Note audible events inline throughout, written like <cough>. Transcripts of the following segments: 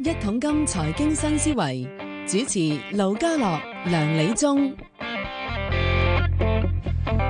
新財經新思維主持盧家樂、梁理中。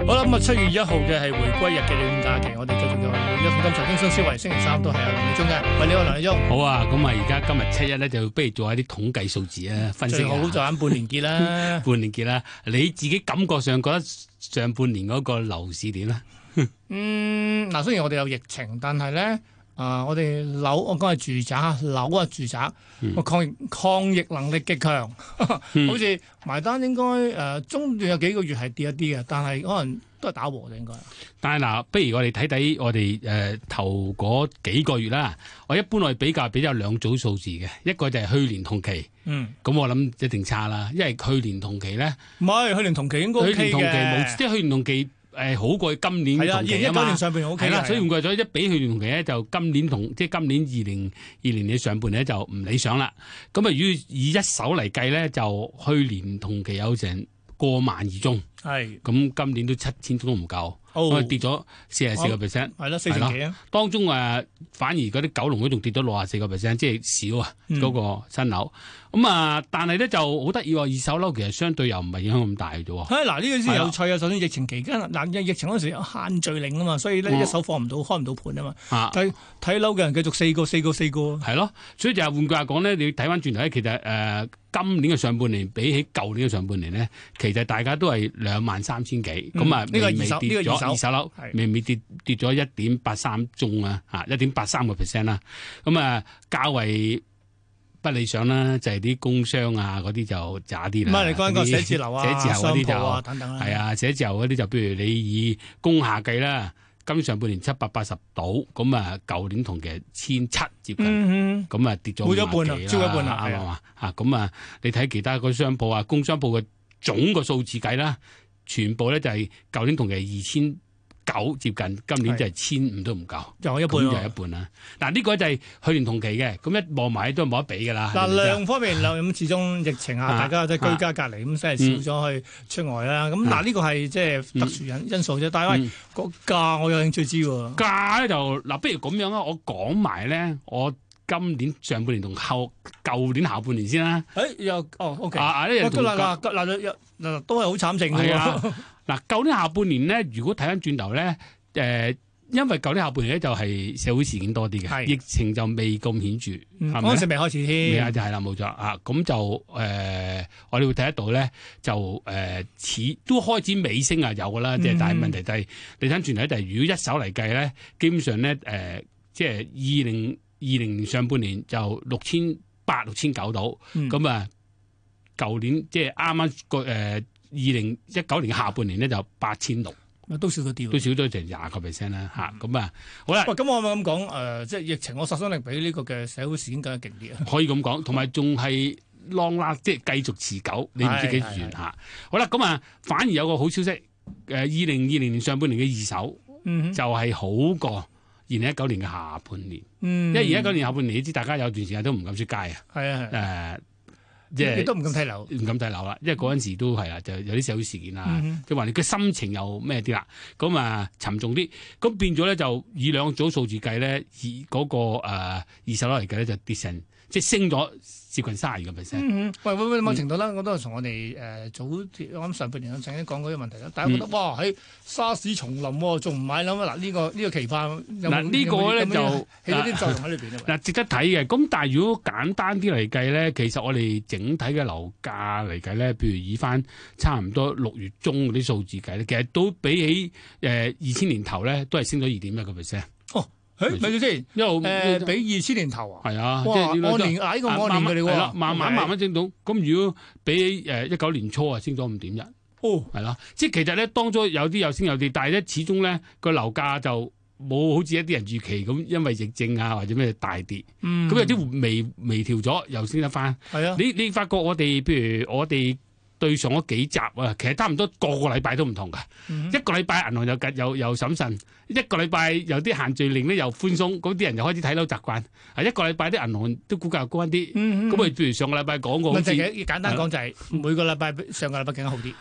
好啦，咁啊七月一號嘅係回歸日嘅短假期，我哋繼續有一桶金財經新思維，星期三都係阿梁理中嘅。喂，你好，梁理中，好啊，咁啊，而家今日七一咧，就不如做下啲統計數字啊，分析最好就下。揀半年結啦 <laughs> 半年結啦。你自己感覺上覺得上半年嗰個樓市點啊咧？嗯，嗱，雖然我哋有疫情，但係咧，啊、我哋樓，我講係住宅啊，樓啊住宅，嗯個抗疫抗疫能力極強， <laughs> 好似埋單應該誒、呃中段有幾個月係跌一啲嘅，但係可能都係打和嘅應該。但係嗱，不如我哋睇睇我哋誒、呃、頭嗰幾個月啦。我一般我哋比較比較兩組數字嘅，一個就係去年同期，嗯，咁我諗一定差啦，因為去年同期咧，唔係，去年同期應該 OK 去嘅。年同期冇，即係去年同期誒、呃好過今年係啦，二同零期一啊九嘛年。上半年 OK 係啦，嘅所以換句話說，一比去年同期咧，就今年同即係今年二零二零年上半年咧就唔理想啦。咁啊，如果以一手嚟計咧，就去年同期有成過萬二宗，係咁今年都七千宗都唔夠，哦我哋跌咗四十四個 percent。係啦，四成幾啊，當中誒、呃反而嗰啲九龍嗰仲跌咗六十四個 percent，即係少啊嗯嗰、個新樓。咁啊、但係咧就好得意喎，二手樓其實相對又唔係影響咁大嘅啫喎。唉，哎嗱呢個先係啦有趣啊！首先疫情期間，嗱疫情嗰陣時有限聚令啊嘛，所以咧嗯一手放唔到，開唔到盤啊嘛。啊睇睇樓嘅人繼續四個四個四個，係咯，所以就係換句話講咧，你要睇翻轉頭咧，其實誒、呃今年嘅上半年比起舊年嘅上半年咧，其實大家都係兩萬三千幾，嗯咁啊、呢個微微二手跌呢個二手咗二手樓係，微微跌跌咗一點八三宗啊，嚇一點八三個 percent 啦，咁啊較為不理想啦，就係、啲工商啊嗰啲就渣啲唔啦。係你講緊個啊嗰啲寫字樓啊、寫字樓商嗰啲就鋪啊等等啦。係，啊，寫字樓嗰啲就譬如你以工廈計啦，今上半年七百八十度，咁啊舊年同期千七接近。嗯咁啊跌咗冇咗一半啊50幾啦超過一半啦啱唔啱啊？嚇咁啊，你睇其他嗰啲商鋪啊，工商鋪嘅總個數字計啦，全部咧就係舊年同期二千九接近，今年就係千五都唔夠，哼，又係一咁就半啊係喎。一半啦。嗱呢個就係去年同期嘅，咁一望埋都冇得比噶啦。係嗱咪先量方面量咁始終疫情下，啊嗯大家即係居家隔離咁，真係少咗去出外啦。咁嗱呢個係即係特殊因因素啫。但係喂嗯個價我有興趣知喎。價咧就嗱，不如咁樣啊，我講埋咧，我今年上半年同後舊年下半年先啦。誒又哦 OK，嗱啊啊呢嗱樣同嗱嗱嗱嗱都係好慘情嘅係喎啊。 <laughs> 嗱，舊年下半年咧，如果睇翻轉頭咧，誒、因為舊年下半年咧就係社會事件多啲係嘅，疫情就未咁顯著，嗯係嗰咪陣時未開始未添啊，。就係啦，冇錯啊。咁就誒、我哋會睇得到咧，就誒、似都開始尾聲啊，有噶啦。即係嗯但係問題就係，你睇翻轉頭咧，就係如果一手嚟計咧，基本上咧誒、即係二零二零年上半年就六千八、六千九到。嗯咁啊，舊年即係啱啱個誒呃二零一九年嘅下半年咧就八千六，都少咗啲喎。都少咗成廿個 percent 啦嗯嚇。咁啊，好啦喂，，咁我可唔可以咁講？誒、呃即係疫情，我殺傷力比呢個嘅社會事件更加勁啲 <laughs> 啊！可以咁講，同埋仲係 long last，即係繼續持久，你唔知幾時係係完嚇。好啦，咁啊，反而有個好消息，誒呃二零二零年上半年嘅二手嗯就係好過二零一九年嘅下半年，嗯因為二零一九年下半年，你知大家有段時間都唔敢出街啊，係啊係啊，誒，即即係係你都唔敢睇樓。唔敢睇樓啦，因為嗰陣時都係啦，就有啲社會事件啊啦嗯哼，即係話你嘅心情又咩啲啦，咁啊沉重啲，咁變咗咧就以兩組數字計咧，以嗰、個、呃、二手樓嚟計咧就跌成，即係升咗接近三十二個 percent。嗯喂喂喂，某程度啦，我都係從我哋誒、早啲我諗上半年我曾經講過呢個問題啦。大家嗯覺得、哇，喺沙士叢林喎，仲唔買樓啊？嗱，呢、個呢、個期盼有冇嗱呢個咧有冇有冇就起咗啲作用喺裏邊啊？嗱、值得睇嘅，咁但係如果簡單啲嚟計咧，其實我哋整體嘅樓價嚟計咧，譬如以翻差唔多六月中嗰啲數字計咧，其實都比起誒二千年頭咧，都係升咗二點一個 percent，喂誒，咪住 <laughs> 先，因誒、為呃比二千年頭啊！係啊，哇，即係按呢個都年啊，呢、個啊按年嘅嚟係啦喎，慢慢 OK 慢慢升到。咁如果比誒一九年初啊，升咗五點一，哦，係啦。即係其實咧，當中有啲有升有跌，但係咧始終咧個樓價就冇好似一啲人預期咁，因為疫症啊或者咩大跌，咁、嗯，有啲微微調咗，又升得翻。係啊，你你發覺我哋譬如我哋對上嗰幾集啊，其實差唔多個個禮拜都唔同㗎。嗯一個禮拜銀行又緊又又審慎，一個禮拜有啲限聚令咧又寬鬆，咁啲人又開始睇樓習慣。啊，一個禮拜啲銀行都估價又高翻啲。嗯嗯咁啊，譬如上個禮拜講過，好問似題嘅簡單講就係每個禮拜比上個禮拜更加好啲。誒咩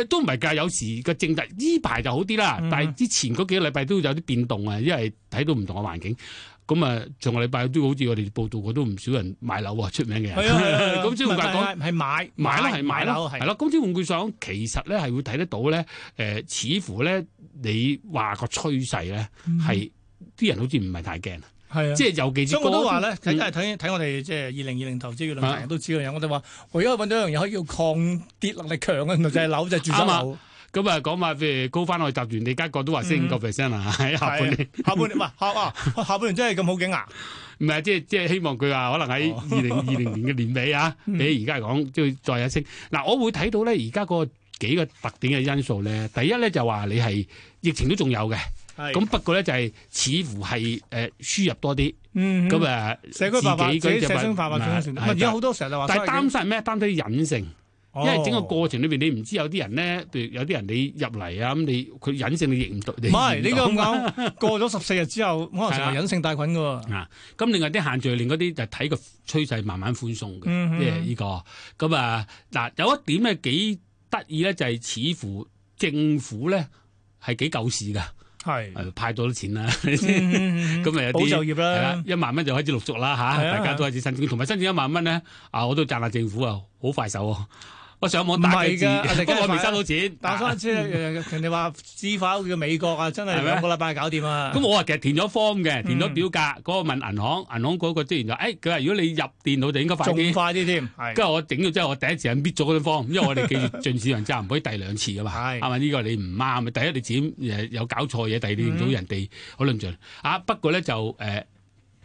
呃都唔係㗎，有時個政策呢排就好啲啦，嗯但係之前嗰幾個禮拜都有啲變動啊，因為睇到唔同嘅環境。咁啊，上個禮拜都好似我哋報道過，都唔少人買樓喎，出名嘅人。係啊 <laughs> 係啊，咁即係換句話講，係買買咯係買咯，樓係係咯。咁即係換句上，其實咧係會睇得到咧，誒、似乎咧你話個趨勢咧嗯係啲人好似唔係太驚，係啊。即係尤其是所以我都話咧，睇嗯睇睇睇我哋即係二零二零投資嘅論啊壇都知嘅嘢，我哋話我而家揾到一樣嘢可以叫抗跌能力強嘅，原來就係樓，就係住宅啱啊樓。咁啊講話譬如高翻去集團，李家國都話嗯升五個 percent 啊，喺下半年。下半年唔係下啊，下半年真係咁好景啊！唔係，即係即係希望佢話可能哦喺二零二零年嘅年 <laughs> 尾啊，嗯比而家嚟講即係再有升。嗱，我會睇到咧，而家嗰幾個特點嘅因素咧，第一咧就話你係疫情都仲有嘅，咁咁不過咧就係似乎係誒輸入多啲，嗯咁啊社區化發自己自嗰己隻社區化發展嘅船，唔係啊而家好多成日就話，哦但係擔心係咩？擔心隱性，因因為整個過程裏邊你唔知有啲人咧，譬如有啲人你入嚟啊，咁你佢隱性你認唔到，你唔係認你唔到咁 <laughs> 講，過咗十四日之後，可能成為隱性帶菌嘅喎。啊，咁另外啲限聚令嗰啲就睇個趨勢慢慢寬鬆嘅，嗯哼即係呢個咁啊嗱，有一點咧幾得意咧，就係、似乎政府咧係幾救市㗎，係，誒派到啲錢啦，嗯咁 <laughs> 咁咪有保就業啲。係啦啦，，一萬蚊就開始陸續啦嚇，嗯係啊大家都開始申請，同埋申請一萬蚊咧，啊我都讚下政府啊，好快手喎！我上網打幾字唔係㗎 <laughs> 我，哋不過我梗係未收到錢。但係即係誒人哋話知否嘅美國啊，真啊係係咩兩個禮拜搞掂啊！咁我話其實填咗 form 嘅，填咗嗯表格，嗰個問銀行，銀行嗰個職員就誒，佢話如果你入電腦就應該快啲仲。快啲添，係跟住我整咗之後，我第一時間搣咗嗰張方，因為我哋記住進市場之後唔可以第兩次噶嘛，係啱咪？啊呢個你唔啱咪？第一你自己誒有搞錯嘢，第二你唔到嗯人哋可論盡啊。不過咧就誒、呃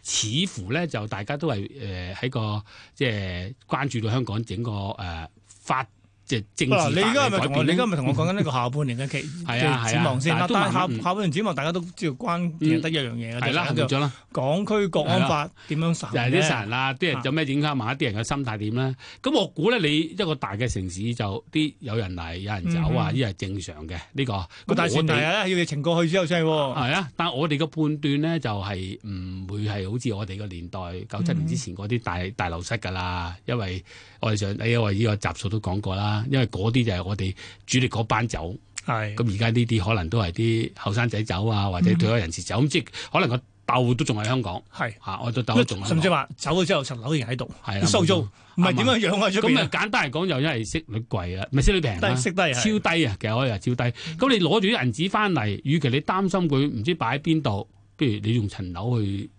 似乎咧就大家都係誒喺個即係關注到香港整個誒、呃、法即係政治嗱，法你而家係咪嘅同我？改你而變家係咧咪同我講緊呢個下半年嘅期即 <laughs> 係啊係啊係展望先啦？但係都但係下慢慢嗯下半年展望，大家都知道關鍵係得一樣嘢嘅，係就啦，行係呢個咗啦，港區國安法點樣實就係行啲咧殺人啦，啲人啊有咩影響，埋一啲人嘅心態點啦。咁我估咧，你一個大嘅城市就啲有人嚟，有人走啊，嗯呢係正常嘅呢個。個大咁我前提哋係咧，要疫情過去之後先係喎。係啊，但係我哋嘅判斷咧就係唔會係好似我哋個年代嗯九七年之前嗰啲大大流失㗎啦，因為我哋上哎呀，我呢個集數都講過啦，因為嗰啲就係我哋主力嗰班走，係咁而家呢啲可能都係啲後生仔走啊，或者嗯退休人士走，咁即係可能個鬥都仲喺香港係，啊，我對鬥都仲喺香甚港至話走咗之後，層樓仍然喺度，係啦，啊收租冇錯唔係點樣樣啊？出咁邊啊啊簡單嚟講，就因為息率貴啦，咪息率平啦低。息低係超低啊，其實可以話超低。咁你攞住啲銀紙翻嚟，與其你擔心佢唔知擺喺邊度，不如你用層樓去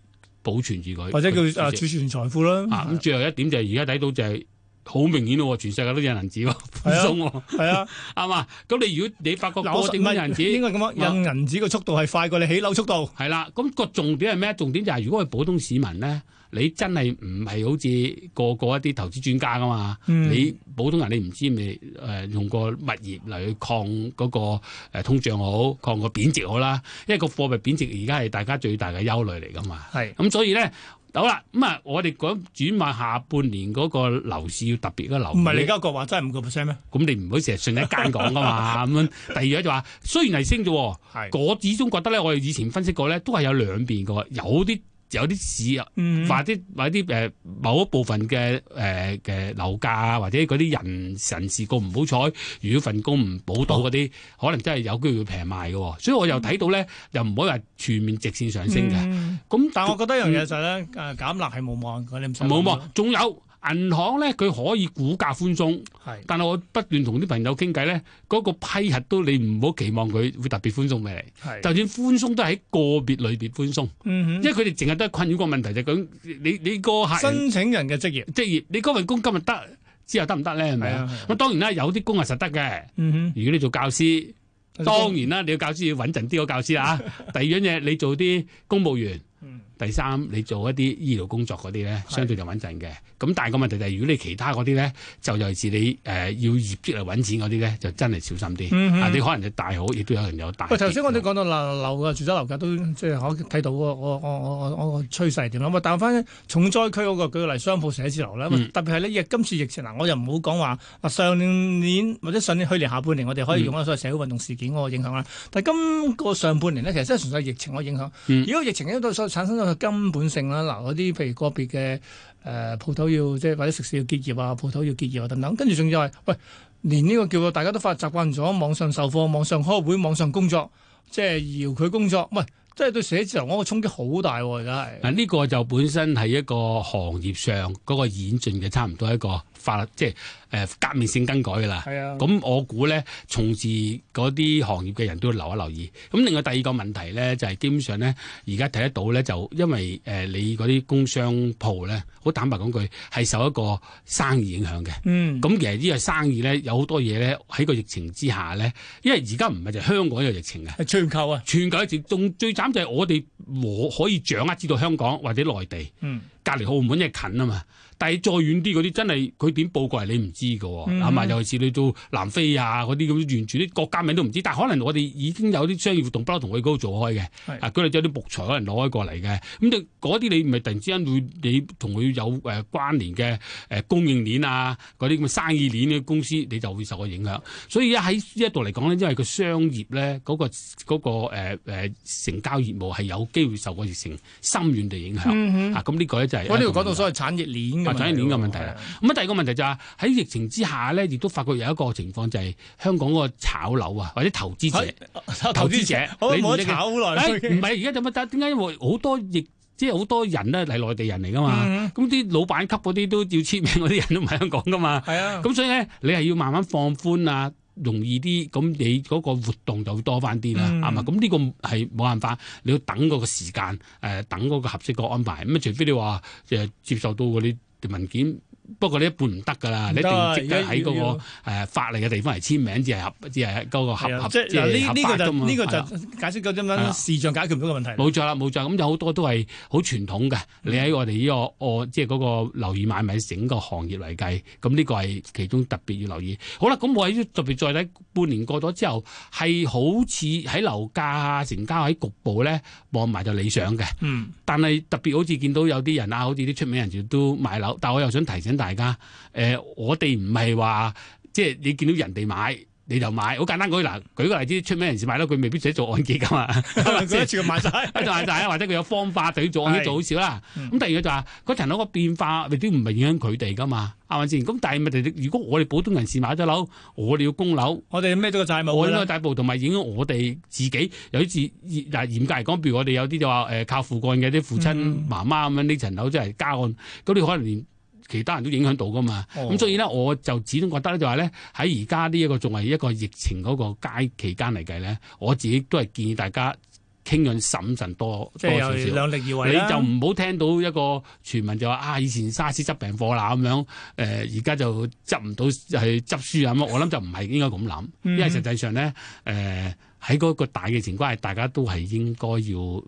保存住佢，或者叫啊啊儲存財富啦，咁最後一點就係而家睇到就係好明顯咯喎，全世界都有銀紙喎，寬鬆喎，係 <laughs> 啊，啱嘛？咁你如果你發覺嗱我過實定唔啲銀係應紙，該咁講，印銀紙嘅速度係快過你起樓速度，係啦，咁、個重點係咩？重點就係如果係普通市民咧，你真係唔係好似個個一啲投資專家噶嘛？嗯你普通人你唔知咪誒、呃用個物業嚟去抗嗰、個、呃、通脹好，抗個貶值好啦。因為個貨幣貶值而家係大家最大嘅憂慮嚟噶嘛。係咁所以咧，好啦，咁啊，我哋講轉埋下半年嗰個樓市要特別嘅留唔意係你而家國話真係五個 percent 咩？咁你唔好成日信一間講噶嘛。咁樣第二樣就話，雖然係升咗喎。係，我始終覺得咧，我哋以前分析過咧，都係有兩邊嘅喎，有啲有啲市啊，嗯或者或者啲誒某一部分嘅誒嘅樓價啊，或者嗰啲人人事個唔好彩，如果份工唔保到嗰哦啲，可能真係有機會平賣嘅喎。所以我又睇到咧，又唔可以話全面直線上升嘅。嗯咁、但我覺得一樣嘢就係咧，誒減辣係冇望嘅，你唔使諗嗯冇冇，仲有銀行咧，佢可以股價寬鬆。係但係我不斷同啲朋友傾偈咧，嗰、個批核都你唔好期望佢會特別寬鬆俾你，係，就算寬鬆都係喺個別類別寬鬆。嗯哼因為佢哋淨係都係困擾個問題就係咁，你你個客人申請人嘅職業職業，你嗰份工今日得，之後得唔得咧？係咪係啊啊係啊？咁當然啦，有啲工係實得嘅。嗯如果你做教師，哼，當然啦，你要教師要穩陣啲個教師啦。啊 <laughs> 第二樣嘢，你做啲公務員。嗯第三，你做一啲醫療工作嗰啲咧，係相對就穩陣嘅。咁但係個問題就係，如果你其他嗰啲咧，就尤其是你誒、呃要業績嚟揾錢嗰啲咧，就真係小心啲。嗯哼啊，你可能就大好，亦都有人有大跌。喂，頭先我哋講到樓樓嘅住宅樓價都即係可睇到我我我我我個趨勢係點啦。咁但翻重災區嗰、個舉個例，商鋪寫字樓啦，咁啊嗯特別係呢，今次疫情嗱，我又唔好講話啊上年或者上年去年下半年，我哋可嗯以用咗所謂社會運動事件嗰個影響啦。但係今個上半年呢，其實真係純粹係疫情嗰個影響。嗯如果疫情咧都所產生咗個根本性啦，嗱嗰啲譬如個別嘅誒鋪頭呃要即係或者食肆要結業啊，鋪頭要結業啊等等，跟住仲要係喂。連呢個叫做大家都發習慣咗網上授課、網上開會、網上工作，即係遙距工作。喂，即係對寫字樓嗰個衝擊好大喎，而家係。嗱，呢個就本身係一個行業上嗰個演進嘅，差唔多一個法律，即係誒、呃革命性更改噶啦。係啊，咁我估咧，從事嗰啲行業嘅人都要留一留意。咁另外第二個問題咧，就係、基本上咧，而家睇得到咧，就因為誒、呃你嗰啲工商鋪咧，好坦白講句，係受一個生意影響嘅。嗯，咁其實呢個生意咧，有好多嘢咧喺個疫情之下咧，因為而家唔係就香港呢個疫情嘅。係全球啊，全球一直仲最慘就係我哋我可以掌握知道香港或者內地嗯，隔離澳門係近啊嘛，但係再遠啲嗰啲真係佢點報過嚟你唔知㗎嗯喎，係嘛、尤其是你到南非啊嗰啲咁，完全啲國家名都唔知，但係可能我哋已經有啲商業活動不嬲同佢嗰度做開嘅係，啊佢哋有啲木材可能攞開過嚟嘅，咁就嗰啲你唔係突然之間會你同佢有誒、呃、關聯嘅誒、呃供應鏈啊嗰啲咁嘅生意鏈嘅公司，你就會受個影響。所以喺呢一度嚟講咧，因為個商業咧嗰、個嗰、個誒、呃呃成交業務係有機會受個疫情深遠地影響。嗯啊，咁呢個咧就係我呢度一個講到問題所謂產業鏈嘅啊產業鏈嘅問題啦喎。 <laughs> 咁啊，第二個問題就係喺疫情之下咧，亦都發覺有一個情況就係香港嗰個炒樓啊，或者投資者係、係投資者，好你冇理得解炒好耐哎 <laughs> 啦，唔係而家就乜？但點解會好多亦即係好多人咧係內地人嚟噶嘛？嗯咁啲老闆級嗰啲都要簽名嗰啲人都唔喺香港噶嘛？係啊，咁所以咧，你係要慢慢放寬啊，容易啲，咁你嗰個活動就會多翻啲啦，嗯係嘛、咁呢個係冇辦法，你要等嗰個時間，誒、等嗰個合適個安排。咁啊，除非你話誒、接受到嗰啲文件。不過呢一半唔得㗎啦，唔得你一定啊要即刻喺而家要嗰個誒法例嘅地方嚟簽名，至係合，至係嗰個係合啊合，即係嗱係呢呢個合法㗎就嘛呢個係啊就解釋咗點係樣啊視像解決唔到嘅問題啦。冇錯啦，冇錯，咁有好多都係好傳統嘅。你喺我哋呢、個我即係嗰個樓宇買賣整個行業嚟計，咁呢個係其中特別要留意。好啦，咁我喺特別再睇半年過咗之後，係好似喺樓價啊、成交喺局部咧望埋就理想嘅。嗯， <laughs> 但係特別好似見到有啲人啊，好似啲出名人士都買樓，但我又想提醒大家，誒、呃我哋唔係話即係你見到人哋買你就買，好簡單舉嗱，舉個例子，出名人士買樓佢未必寫做按揭㗎嘛。佢一次過買晒， <laughs> 一就係大家或者佢有方法對做，我係啲做好少啦。嗯咁第二個就係嗰層樓個變化，亦都唔係影響佢哋噶嘛，啱咪先？咁但係咪哋如果我哋普通人士買咗樓，我哋要供樓，我哋孭咗個債務我㗎應該啦。大部同埋影響我哋自己。有啲自嗱嚴格嚟講，譬如我哋有啲就話誒靠父幹嘅啲父親嗯媽媽咁樣呢層樓真係家案，咁你可能連其他人都影響到噶嘛。哦咁、所以咧，我就始終覺得咧，就係咧喺而家呢一個仲係一個疫情嗰個階期間嚟計咧，我自己都係建議大家傾向審慎多即多係少有少。量力而為你啦就唔好聽到一個傳聞就話啊，以前沙士執病貨啦咁樣，誒呃而家就執唔到係執輸啊咁。我諗就唔係應該咁諗，因為嗯實際上咧，誒喺嗰個大嘅情況下，大家都係應該要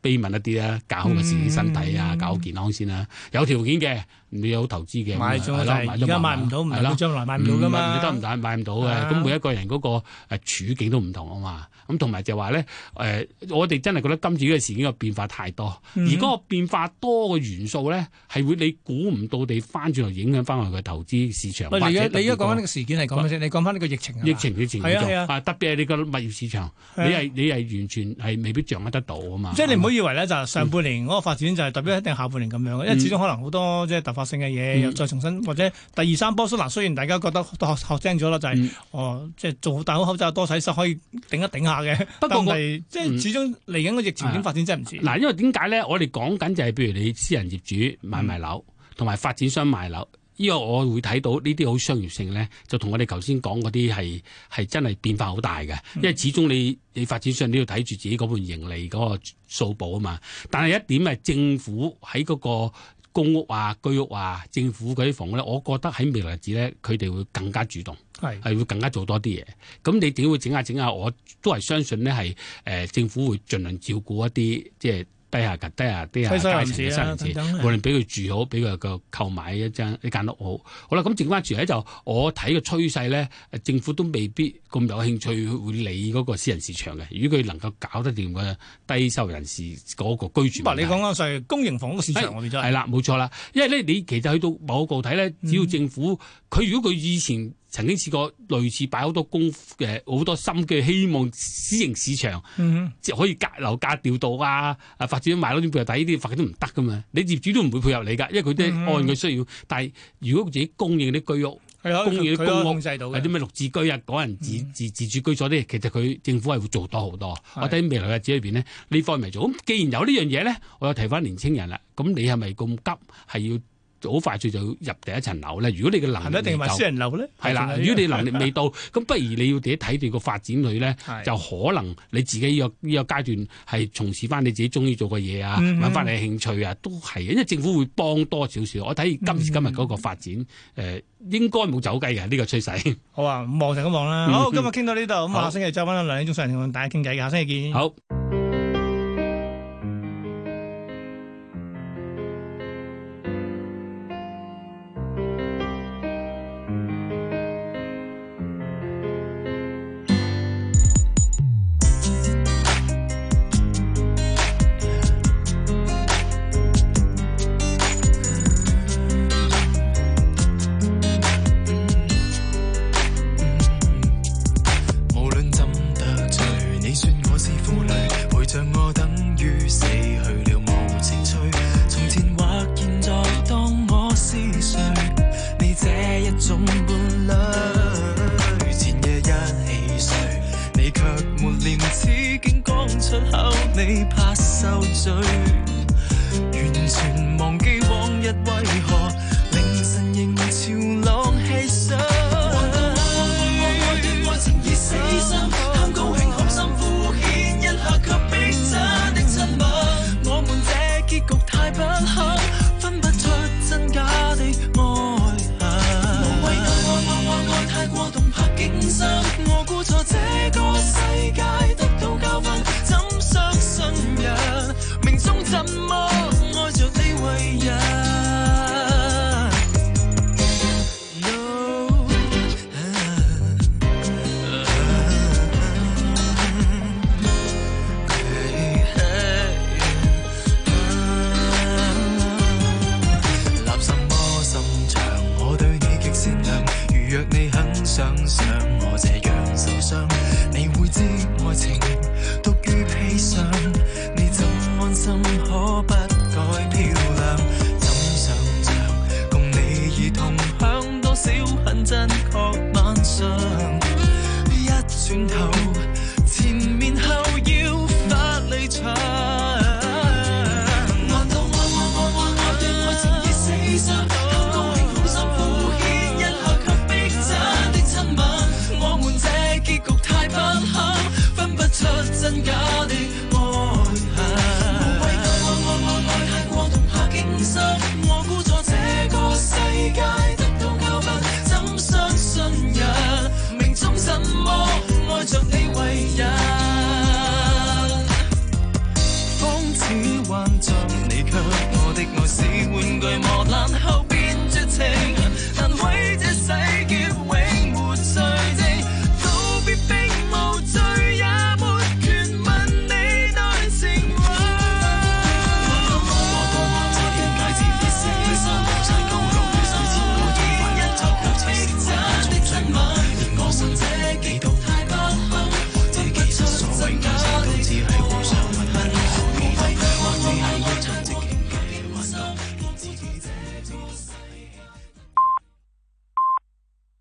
悲憫一啲啦，搞好個自己身體啊，嗯搞好健康先啦。有條件嘅，你有投資嘅，買咗係就啦係買咗而家買慢慢唔到，唔係啦係將來買唔到㗎嘛。唔得唔得，買唔到嘅。啊咁、每一個人嗰個誒處境都唔同啊嘛。咁同埋就話咧，誒、我哋真係覺得今次呢個事件嘅變化太多，嗯而嗰個變化多嘅元素咧，係會你估唔到地翻轉頭影響翻我哋嘅投資市場。喂，或你者而特家別你而家講緊呢個個事件係講咩先？你講翻呢個疫情啊？疫情嘅情係啊係啊況啊，特別係你個物業市場，係你啊係你係完全係未必掌握得到啊嘛。即係你唔好以為咧，就係上半年嗰個發展就係代表一定下半年咁樣，因為始終可能好多即係突發性嘅嘢，嗯又再重新或者第二三波。嗱，雖然大家覺得都學學精咗啦，就係、嗯哦，即係做好戴好口罩、多洗手可以頂一頂下嘅。不過我嗯但係即係始終嚟緊個疫情點發展真係唔知。嗱，因為點解咧？我哋講緊就係譬如你私人業主買賣樓，同埋發展商賣樓。呢個我會睇到呢啲好商業性咧，就同我哋頭先講嗰啲係係真係變化好大嘅，因為始終你你發展商你要睇住自己嗰盤盈利嗰個數簿啊嘛。但係一點係政府喺嗰個公屋啊、居屋啊、政府嗰啲房屋咧，我覺得喺未來日子咧，佢哋會更加主動。係係會更加做多啲嘢。咁你點會整下整下？我都係相信咧係誒政府會盡量照顧一啲即係低下嘅低下低下西西階人層士嘅啊，新等人士。等無啊。論俾佢住好，俾佢個購買一間一間屋好，好啦，咁剩翻住咧就我睇個趨勢咧，政府都未必咁有興趣會理嗰個私人市場嘅。如果佢能夠搞得掂嘅低收入人士嗰個居住嗱，問啊你題，講緊就係公營房屋市場係嗰邊真係係。啦，冇錯啦，因為咧你其實去到某個個體咧，只要政府佢、如果佢以前曾經試過類似擺好多功夫嘅好多心嘅，希望私營市場嗯即係可以隔樓價調度啊，啊發展賣樓點配合，但係呢啲發展都唔得噶嘛，你業主都唔會配合你噶，因為佢都係嗯按佢需要。但係如果佢自己供應啲居屋，係可以公寓佢可以公屋控制到有嘅嗯啲。咩綠置居啊、港人自自自住居所啲，其實佢政府係會做多好多。我睇未來日子裏邊咧，呢方面做。咁既然有呢樣嘢咧，我又提翻年青人啦。咁你係咪咁急係要好快脆就入第一層樓咧？如果你嘅係能力咪啊一定未要買夠私，人樓咧？嗯係啦。如果你能力未到，咁不如你要自己睇你個發展佢 <laughs> 咧，係就可能你自己呢個呢個階段係從事翻你自己中意做嘅嘢啊，嗯揾翻你嘅興趣啊，都係嘅。因為政府會幫多少少。我睇今時今日嗰個發展，誒、嗯呃應該冇走雞嘅呢個趨勢。好啊，咁望就咁望啦。嗯好，今日傾到呢度，咁好下星期再揾阿梁理中上嚟同大家傾偈嘅，下星期見。好。無論怎得罪，你說我是負累，陪着我等於死去了無情趣。從前或現在，當我是誰？你這一種伴侶，前夜一起睡，你卻沒廉恥，竟講出口，你怕受罪。完全忘記往日為何凌晨仍潮浪戲水。望到愛戀愛情已死心，喊高興開心敷衍一下卻逼真的親密。我們這結局太不堪，分不出真假的愛恨。無謂愛愛愛愛愛太過動魄驚心，我估錯這個世界得到教訓，怎相信人？命中怎麼愛着你為人？No，啊啊嘿嘿啊立什麼心腸？我對你極善良。如若你肯想想我這樣受傷，你會知愛情獨於砒霜。你怎安心可不改漂亮？怎想像共你已同享多少很真確晚上？一轉頭